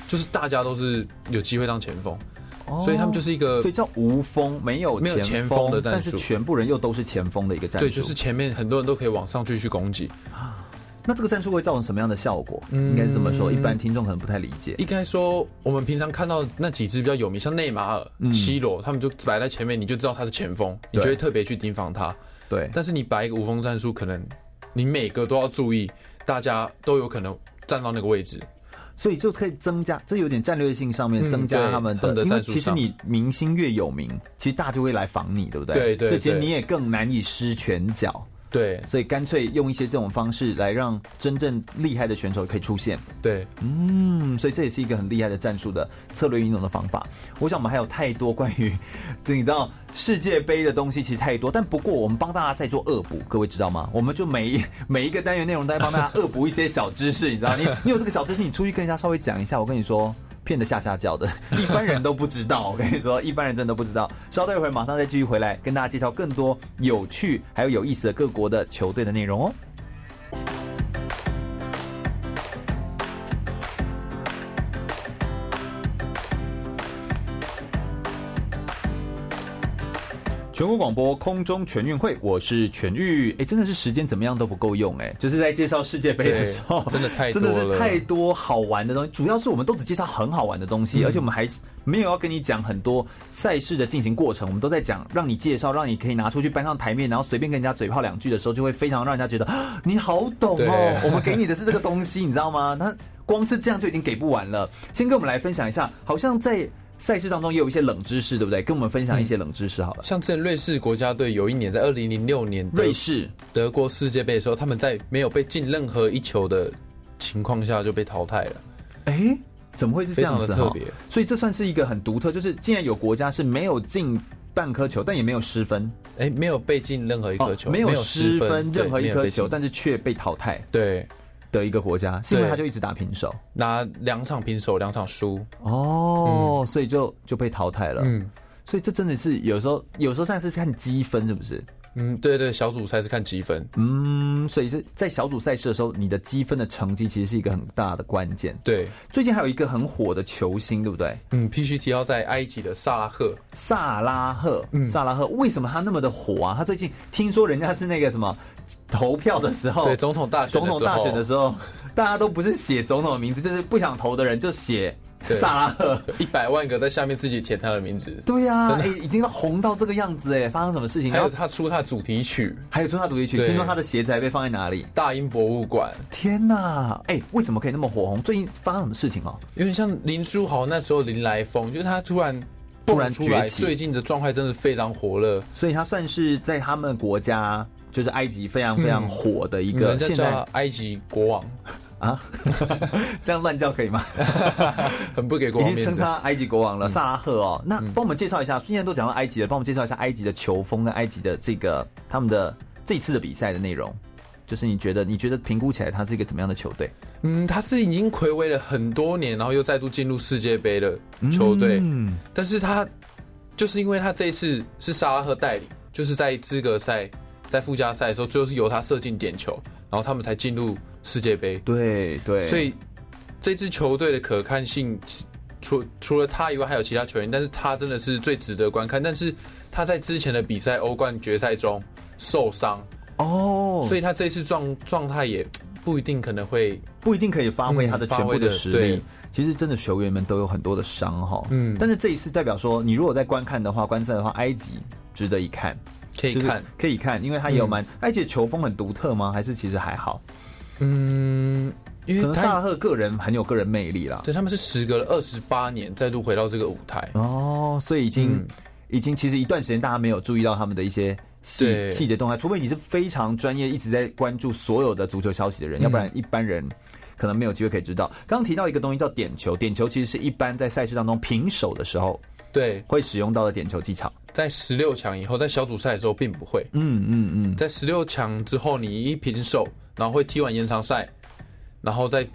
Speaker 2: 就是大家都是有机会当前锋，所以他们就是一个
Speaker 1: 哦所以叫无锋，没有
Speaker 2: 没有前锋的战
Speaker 1: 但是
Speaker 2: 术
Speaker 1: 全部人又都是前锋的一个战术。
Speaker 2: 对，就是前面很多人都可以往上去去攻击。
Speaker 1: 那这个战术会造成什么样的效果？
Speaker 2: 嗯
Speaker 1: 应该是这么说，一般听众可能不太理解。
Speaker 2: 应该说，我们平常看到那几支比较有名，像内马尔、C
Speaker 1: 嗯
Speaker 2: 罗，他们就摆在前面，你就知道他是前锋，你就会特别去盯防他。
Speaker 1: 对，
Speaker 2: 但是你摆一个无锋战术，可能你每个都要注意，大家都有可能站到那个位置。
Speaker 1: 所以就可以增加，这有点战略性上面
Speaker 2: 嗯
Speaker 1: 增加
Speaker 2: 对
Speaker 1: 他们
Speaker 2: 他
Speaker 1: 的，
Speaker 2: 们的
Speaker 1: 因为
Speaker 2: 战术
Speaker 1: 其实
Speaker 2: 上
Speaker 1: 你明星越有名，其实大家就会来防你，对不对？
Speaker 2: 对对
Speaker 1: 所以其实
Speaker 2: 对
Speaker 1: 你也更难以施拳脚，
Speaker 2: 对
Speaker 1: 所以干脆用一些这种方式来让真正厉害的选手可以出现。
Speaker 2: 对，
Speaker 1: 嗯，所以这也是一个很厉害的战术的策略运动的方法。我想我们还有太多关于，这你知道世界杯的东西其实太多，但不过我们帮大家在做恶补，各位知道吗？我们就每一每一个单元内容都在帮大家恶补一些小知识，你知道？你你有这个小知识，你出去跟人家稍微讲一下，我跟你说。骗得下下脚的，一般人都不知道。我跟你说，一般人真的不知道。稍待一会儿，马上再继续回来，跟大家介绍更多有趣还有有意思的各国的球队的内容哦。全国广播空中全运会，我是全玉。哎，真的是时间怎么样都不够用哎、就是在介绍世界杯的时候，
Speaker 2: 对真的太多
Speaker 1: 真的是
Speaker 2: 了
Speaker 1: 太多好玩的东西。主要是我们都只介绍很好玩的东
Speaker 2: 嗯
Speaker 1: 西，而且我们还没有要跟你讲很多赛事的进行过程，我们都在讲让你介绍，让你可以拿出去搬上台面，然后随便跟人家嘴炮两句的时候，就会非常让人家觉得啊你好懂哦。
Speaker 2: 对
Speaker 1: 我们给你的是这个东西，你知道吗？那光是这样就已经给不完了。先跟我们来分享一下，好像在赛事当中也有一些冷知识，对不对？跟我们分享一
Speaker 2: 嗯
Speaker 1: 些冷知识好了。
Speaker 2: 像之前瑞士国家队有一年在二零零六年德
Speaker 1: 瑞士
Speaker 2: 德国世界杯的时候，他们在没有被进任何一球的情况下就被淘汰了。
Speaker 1: 哎、怎么会是这样子、
Speaker 2: 非
Speaker 1: 哈？
Speaker 2: 常的特别
Speaker 1: 所以这算是一个很独特，就是竟然有国家是没有进半颗球，但也没有失分，
Speaker 2: 哎、没有被进任何一颗球，
Speaker 1: 哦没有失
Speaker 2: 分对
Speaker 1: 任何一
Speaker 2: 没有
Speaker 1: 颗
Speaker 2: 被进
Speaker 1: 球，但是却被淘汰
Speaker 2: 对，
Speaker 1: 的一个国家，是因为
Speaker 2: 对
Speaker 1: 他就一直打平手
Speaker 2: 拿两场平手，两场输。
Speaker 1: 哦，所以就就被淘汰了。
Speaker 2: 嗯
Speaker 1: 所以这真的是有时候，有时候算是看积分，是不是？
Speaker 2: 嗯，对对，小组赛是看积分。
Speaker 1: 嗯，所以是在小组赛事的时候，你的积分的成绩其实是一个很大的关键。
Speaker 2: 对，
Speaker 1: 最近还有一个很火的球星，对不对？
Speaker 2: 嗯，必须提到在埃及的萨拉赫，
Speaker 1: 萨拉赫，
Speaker 2: 嗯
Speaker 1: 萨拉赫为什么他那么的火啊？他最近听说人家是那个什么投票的时候，
Speaker 2: 对总统大选
Speaker 1: 哦总
Speaker 2: 的时候，
Speaker 1: 统大选的时候，大家都不是写总统的名字，就是不想投的人就写
Speaker 2: 对
Speaker 1: 萨拉赫。
Speaker 2: 有一百万个在下面自己填他的名字，
Speaker 1: 对呀、啊，
Speaker 2: 真
Speaker 1: 哎、
Speaker 2: 的
Speaker 1: 已经红到这个样子哎，发生什么事情？
Speaker 2: 还
Speaker 1: 然
Speaker 2: 有
Speaker 1: 后
Speaker 2: 他出他的主题曲
Speaker 1: 还有中大主题曲，
Speaker 2: 对
Speaker 1: 听说他的鞋子还被放在哪里？
Speaker 2: 《大英博物馆
Speaker 1: 天哪，哎、为什么可以那么火红？最近发生什么事情哦？》，
Speaker 2: 有点像林书豪那时候林来疯，就是他突然
Speaker 1: 突然
Speaker 2: 蹦出来，
Speaker 1: 崛起
Speaker 2: 最近的状态真的非常火热，
Speaker 1: 所以他算是在他们国家，就是埃及非常非常
Speaker 2: 嗯
Speaker 1: 火的一个
Speaker 2: 人家
Speaker 1: 现
Speaker 2: 叫
Speaker 1: 代、
Speaker 2: 他埃及国王，
Speaker 1: 啊，这样乱叫可以吗？
Speaker 2: 很不给国
Speaker 1: 已
Speaker 2: 王
Speaker 1: 经
Speaker 2: 面
Speaker 1: 称
Speaker 2: 子。
Speaker 1: 他埃及国王了，萨拉赫哦。那帮我们介绍一下，现在都讲到埃及了，帮我们介绍一下埃及的球风跟埃及的这个他们的这次的比赛的内容。就是你觉得，你觉得评估起来他是一个怎么样的球队？
Speaker 2: 嗯，他是已经暌违了很多年，然后又再度进入世界杯的球队，
Speaker 1: 嗯，
Speaker 2: 但是他就是因为他这一次是萨拉赫带领，就是在资格赛、在附加赛的时候，最后是由他射进点球，然后他们才进入世界杯。
Speaker 1: 对对，
Speaker 2: 所以这支球队的可看性，除除了他以外，还有其他球员，但是他真的是最值得观看。但是他在之前的比赛欧冠决赛中受伤，
Speaker 1: 哦，
Speaker 2: 所
Speaker 1: 所以
Speaker 2: 以他这次状状态也不一定可能会
Speaker 1: 不一定可以发挥他的
Speaker 2: 嗯发
Speaker 1: 全部
Speaker 2: 挥
Speaker 1: 的
Speaker 2: 的
Speaker 1: 实力
Speaker 2: 对。
Speaker 1: 其实真的球员们都有很多的伤哈，嗯
Speaker 2: 嗯，
Speaker 1: 但是这一次代表说，你如果在观看的话，观赛的话，埃及值得一看，
Speaker 2: 可以
Speaker 1: 就是
Speaker 2: 看。
Speaker 1: 可以看，因为他也有
Speaker 2: 嗯
Speaker 1: 蛮，埃及的球风很独特吗？还是其实还好？
Speaker 2: 嗯，因
Speaker 1: 可能
Speaker 2: 为
Speaker 1: 萨
Speaker 2: 他
Speaker 1: 拉赫个人很有个人魅力啦，
Speaker 2: 对他们是时隔了二十八年再度回到这个舞台。
Speaker 1: 哦，所以已经、已经其实一段时间大家没有注意到他们的一些细
Speaker 2: 对
Speaker 1: 细节动态，除非你是非常专业一直在关注所有的足球消息的人，要不然一般人。可能没有机会可以知道。刚刚提到一个东西叫点球，点球其实是一般在赛事当中平手的时候
Speaker 2: 对，
Speaker 1: 会使用到的点球技巧。
Speaker 2: 在十六强以后，在小组赛的时候并不会。
Speaker 1: 嗯嗯嗯，
Speaker 2: 在十六强之后，你一平手，然后会踢完延长赛，然后再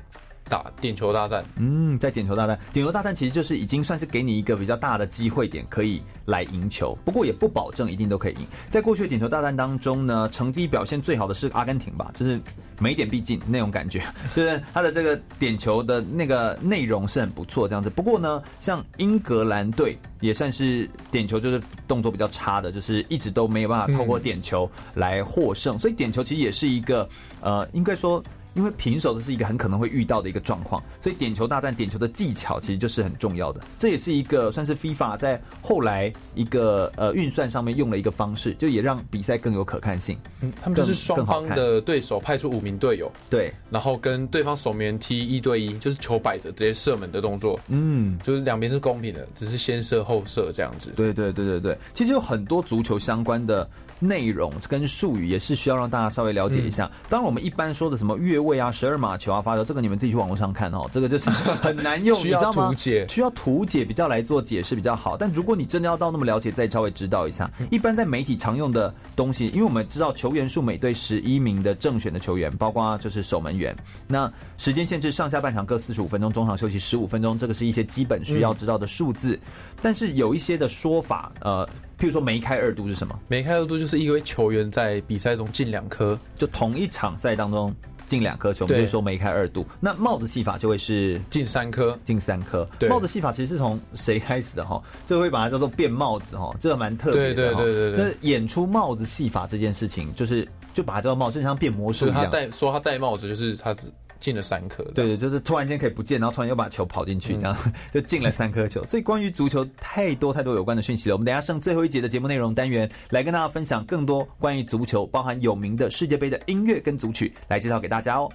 Speaker 2: 打点球大战。
Speaker 1: 嗯，在点球大战，点球大战其实就是已经算是给你一个比较大的机会点，可以来赢球。不过也不保证一定都可以赢。在过去的点球大战当中呢，成绩表现最好的是阿根廷吧，就是每点必进那种感觉，就是他的这个点球的那个内容是很不错这样子。不过呢，像英格兰队也算是点球就是动作比较差的，就是一直都没有办法透过点球来获胜，所以点球其实也是一个呃，应该说。因为平手这是一个很可能会遇到的一个状况，所以点球大战点球的技巧其实就是很重要的。这也是一个算是 FIFA 在后来一个呃运算上面用了一个方式，就也让比赛更有可看性。
Speaker 2: 嗯，他们就是双
Speaker 1: 更
Speaker 2: 方
Speaker 1: 更好看
Speaker 2: 的对手派出五名队友，
Speaker 1: 对，
Speaker 2: 然后跟对方守门员踢一对一，就是球摆着直接射门的动作，
Speaker 1: 嗯，
Speaker 2: 就是两边是公平的，只是先射后射这样子。
Speaker 1: 对对对对对，其实有很多足球相关的内容跟术语也是需要让大家稍微了解一下。当然，我们一般说的什么越位啊、十二码球啊、发球，这个你们自己去网络上看哦，这个就是很难用，
Speaker 2: 需要
Speaker 1: 你知道吗
Speaker 2: 图解
Speaker 1: 需要图解比较来做解释比较好。但如果你真的要到那么了解，再稍微指导一下。
Speaker 2: 嗯
Speaker 1: 一般在媒体常用的东西，因为我们知道球员数每队十一名的正选的球员，包括就是守门员，那时间限制上下半场各四十五分钟，中场休息十五分钟，这个是一些基本需
Speaker 2: 嗯
Speaker 1: 要知道的数字。但是有一些的说法，呃，譬如说梅开二度是什么？
Speaker 2: 梅开二度就是一位球员在比赛中进两颗，
Speaker 1: 就同一场赛当中进两颗球，我们
Speaker 2: 对
Speaker 1: 就说梅开二度。那帽子戏法就会是
Speaker 2: 进三颗，
Speaker 1: 进三颗。
Speaker 2: 对
Speaker 1: 帽子戏法其实是从谁开始的哈？就会把它叫做变帽子哈，这个蛮特别的哈。
Speaker 2: 对对对对对
Speaker 1: 就是演出帽子戏法这件事情，就是就把它叫做帽子，就像变魔术
Speaker 2: 所
Speaker 1: 一
Speaker 2: 以他
Speaker 1: 样。
Speaker 2: 戴说他戴帽子就是他只进了三颗，
Speaker 1: 对，对，就是突然间可以不见，然后突然又把球跑进
Speaker 2: 嗯
Speaker 1: 去，这样、就进了三颗球。所以关于足球太多太多有关的讯息了。我们等一下上最后一节的节目内容单元来跟大家分享更多关于足球，包含有名的世界杯的音乐跟组曲来介绍给大家哦。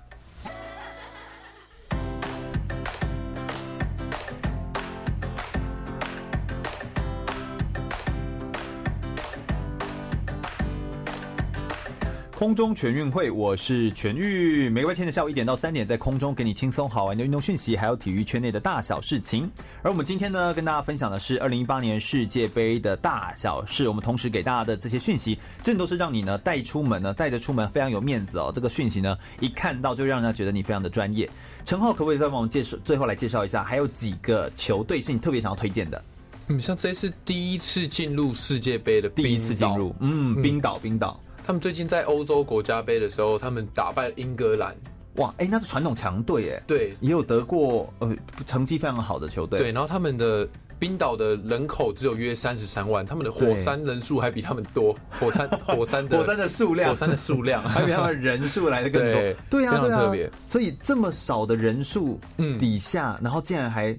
Speaker 1: 空中全运会，我是全玉。每个白天的下午一点到三点，在空中给你轻松好玩的运动讯息，还有体育圈内的大小事情。而我们今天呢，跟大家分享的是二零一八年世界杯的大小事。我们同时给大家的这些讯息，真的都是让你呢带出门呢，带着出门非常有面子哦。这个讯息呢，一看到就让人家觉得你非常的专业。陈浩，可不可以再帮我们介绍，最后来介绍一下，还有几个球队是你特别想要推荐的？
Speaker 2: 嗯，像这次第一次进入世界杯的
Speaker 1: 第一次
Speaker 2: 冰岛
Speaker 1: 进入，嗯，冰岛，冰岛，
Speaker 2: 他们最近在欧洲国家杯的时候，他们打败了英格兰，
Speaker 1: 哇，哎、那是传统强队哎。
Speaker 2: 对
Speaker 1: 也有得过呃成绩非常好的球队，
Speaker 2: 对，然后他们的冰岛的人口只有约三十三万，他们的火
Speaker 1: 对
Speaker 2: 山人数还比他们多，火山 火山的
Speaker 1: 火山的数量
Speaker 2: 火山的数量
Speaker 1: 还比他们人数来的更多
Speaker 2: 对，
Speaker 1: 对啊，
Speaker 2: 非常
Speaker 1: 对啊
Speaker 2: 特别
Speaker 1: 所以这么少的人数
Speaker 2: 嗯
Speaker 1: 底下，然后竟然还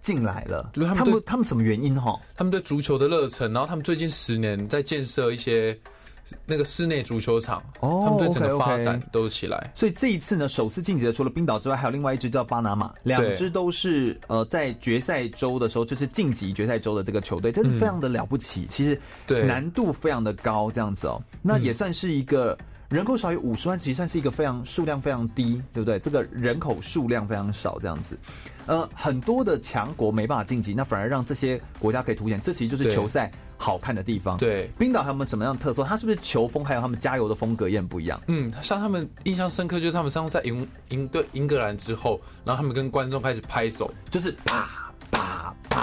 Speaker 1: 进来了，
Speaker 2: 就是他们
Speaker 1: 们
Speaker 2: 对
Speaker 1: 他们什么原因哈？
Speaker 2: 他们对足球的热忱，然后他们最近十年在建设一些那个室内足球场，
Speaker 1: 哦
Speaker 2: 他们对整个
Speaker 1: OK，OK
Speaker 2: 发展都起来。
Speaker 1: 所以这一次呢，首次晋级的除了冰岛之外，还有另外一支叫巴拿马，两
Speaker 2: 对
Speaker 1: 支都是呃在决赛周的时候，就是晋级决赛周的这个球队，真的非常的了不起，其实
Speaker 2: 嗯对
Speaker 1: 难度非常的高，这样子哦，那也算是一个。人口少于五十万，其实算是一个非常数量非常低，对不对？这个人口数量非常少，这样子，呃，很多的强国没办法晋级，那反而让这些国家可以凸显，这其实就是
Speaker 2: 对
Speaker 1: 球赛好看的地方。
Speaker 2: 对
Speaker 1: 冰岛他们什么样的特色？它是不是球风还有他们加油的风格也很不一样？
Speaker 2: 嗯，像他们印象深刻就是他们上次在赢赢对英格兰之后，然后他们跟观众开始拍手，
Speaker 1: 就是啪啪啪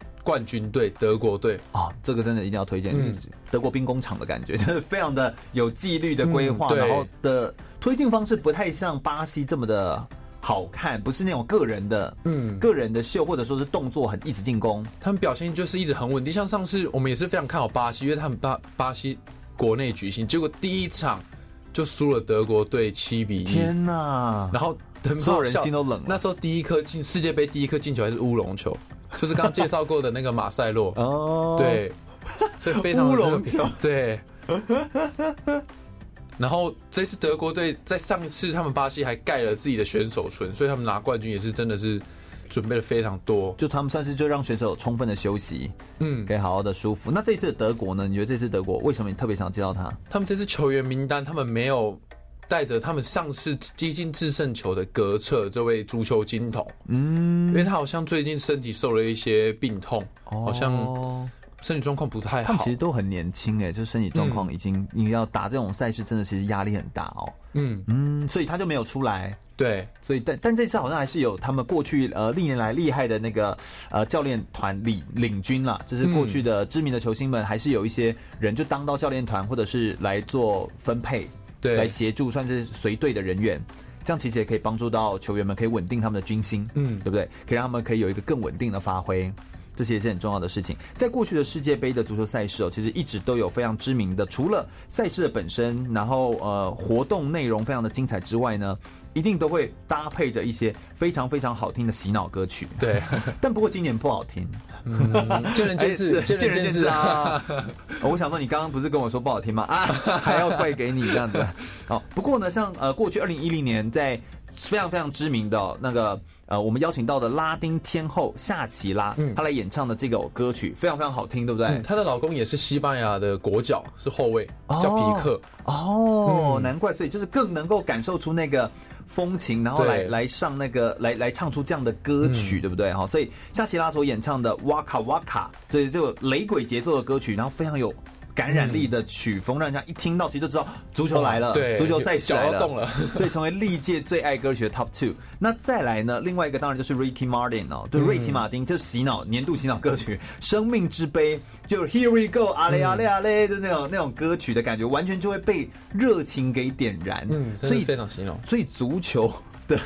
Speaker 2: 冠军队德国队，
Speaker 1: 哦，这个真的一定要推荐，
Speaker 2: 嗯
Speaker 1: 就是德国兵工厂的感觉， 就是非常的有纪律的规划，
Speaker 2: 嗯对
Speaker 1: 然后的推进方式不太像巴西这么的好看，不是那种个人的，
Speaker 2: 嗯
Speaker 1: 个人的秀或者说是动作很一直进攻，
Speaker 2: 他们表现就是一直很稳定。像上次我们也是非常看好巴西，因为他们巴巴西国内举行，结果第一场就输了德国队七比一，
Speaker 1: 天哪！
Speaker 2: 然后很
Speaker 1: 嗯所有
Speaker 2: 好
Speaker 1: 人
Speaker 2: 笑
Speaker 1: 心都冷了，
Speaker 2: 那时候第一颗进世界杯第一颗进球还是乌龙球，就是刚刚介绍过的那个马塞洛
Speaker 1: 哦，，
Speaker 2: 对，所以非常的
Speaker 1: 乌龙
Speaker 2: 特别
Speaker 1: 球，
Speaker 2: 对。然后这次德国队在上一次他们巴西还盖了自己的选手村，所以他们拿冠军也是真的是准备了非常多。
Speaker 1: 就他们算是就让选手有充分的休息，
Speaker 2: 嗯
Speaker 1: 可，以好好的舒服。那这次的德国呢？你觉得这次德国为什么你特别想介绍他？
Speaker 2: 他们这次球员名单，他们没有带着他们上次激进制胜球的格策这位足球金童，嗯，因为他好像最近身体受了一些病痛，好像
Speaker 1: 哦
Speaker 2: 身体状况不太
Speaker 1: 他们
Speaker 2: 好
Speaker 1: 其实。都很年轻哎、就身体状况已经，你要打这种赛事，真的其实压力很大哦。
Speaker 2: 嗯，
Speaker 1: 嗯，所以他就没有出来。
Speaker 2: 对，
Speaker 1: 所以，但但这次好像还是有他们过去呃历年来厉害的那个呃教练团领领军啦，就是过去的知名的球星们，还是有一些人就当到教练团，或者是来做分配，
Speaker 2: 对
Speaker 1: 来协助算是随队的人员。这样其实也可以帮助到球员们，可以稳定他们的军心，嗯
Speaker 2: 嗯，
Speaker 1: 对不对？可以让他们可以有一个更稳定的发挥。这些也是很重要的事情。在过去的世界杯的足球赛事哦，其实一直都有非常知名的，除了赛事的本身，然后呃活动内容非常的精彩之外呢，一定都会搭配着一些非常非常好听的洗脑歌曲。
Speaker 2: 对，
Speaker 1: 但不过今年不好听，
Speaker 2: 嗯 见仁见智，
Speaker 1: 哎
Speaker 2: 见仁见智啊。
Speaker 1: 啊！我想说，你刚刚不是跟我说不好听吗？啊，还要怪给你这样子。哦，不过呢，像呃，过去二零一零年在非常非常知名的哦、那个呃，我们邀请到的拉丁天后夏奇拉，
Speaker 2: 嗯
Speaker 1: 她来演唱的这个哦歌曲非常非常好听，对不对？
Speaker 2: 她的老公也是西班牙的国脚，是后卫，
Speaker 1: 哎哦
Speaker 2: 叫皮克。
Speaker 1: 哦，
Speaker 2: 嗯
Speaker 1: 难怪，所以就是更能够感受出那个风情，然后来
Speaker 2: 对嗯
Speaker 1: 来上那个来来唱出这样的歌曲，对不对？哈，所以夏奇拉所演唱的《哇卡哇卡》，所以这个雷鬼节奏的歌曲，然后非常有。感染力的曲风，让人家一听到其实就知道足球来了，
Speaker 2: 哇哦对
Speaker 1: 足球赛事
Speaker 2: 脚
Speaker 1: 来
Speaker 2: 要
Speaker 1: 了，
Speaker 2: 动了
Speaker 1: 所以成为历届最爱歌曲的 Top Two。那再来呢，另外一个当然就是 Ricky Martin 哦，
Speaker 2: 嗯
Speaker 1: 就瑞奇马丁，就是洗脑年度洗脑歌曲《生命之杯》，就是 Here We Go，阿
Speaker 2: 嗯
Speaker 1: 嘞阿嘞阿嘞，就那种那种歌曲的感觉，完全就会被热情给点燃。
Speaker 2: 嗯，
Speaker 1: 所
Speaker 2: 所以
Speaker 1: 以
Speaker 2: 非常形容。
Speaker 1: 所以足球的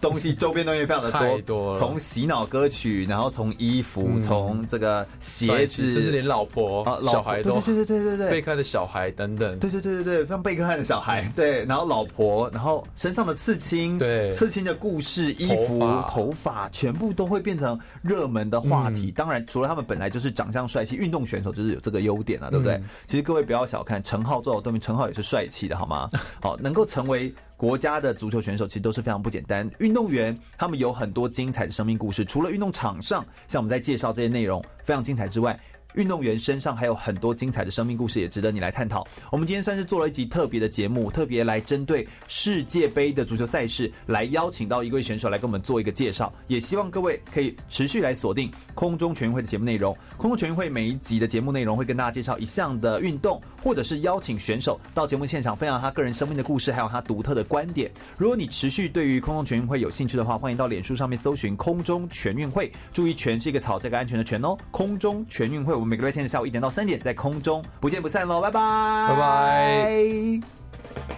Speaker 1: 东西周边东西非常的多，
Speaker 2: 太多了嗯
Speaker 1: 从洗脑歌曲，然后从衣服，从这个鞋
Speaker 2: 帅气
Speaker 1: 子，
Speaker 2: 甚至连老婆、
Speaker 1: 啊老
Speaker 2: 小孩都
Speaker 1: 对对对对对对
Speaker 2: 贝克汉的小孩等等，
Speaker 1: 对对对对对，像贝克汉的小孩，对，然后老婆，然后身上的刺青，
Speaker 2: 嗯对
Speaker 1: 刺青的故事、衣服、
Speaker 2: 头发嗯
Speaker 1: 头发，全部都会变成热门的话题。当然，除了他们本来就是长相帅气，运动选手就是有这个优点啊，对不对？
Speaker 2: 嗯
Speaker 1: 其实各位不要小看陈浩坐我对面，陈浩也是帅气的，好 吗？好，能够成为。国家的足球选手其实都是非常不简单，运动员他们有很多精彩的生命故事。除了运动场上，像我们在介绍这些内容非常精彩之外，运动员身上还有很多精彩的生命故事，也值得你来探讨。我们今天算是做了一集特别的节目，特别来针对世界杯的足球赛事，来邀请到一位选手来跟我们做一个介绍。也希望各位可以持续来锁定空中全运会的节目内容。空中全运会每一集的节目内容会跟大家介绍一项的运动，或者是邀请选手到节目现场分享他个人生命的故事，还有他独特的观点。如果你持续对于空中全运会有兴趣的话，欢迎到脸书上面搜寻“空中全运会”，注意“全”是一个草，这个安全的“全”哦。空中全运会，我们每个礼拜天的下午一点到三点在空中不见不散喽，拜拜，
Speaker 2: 拜拜。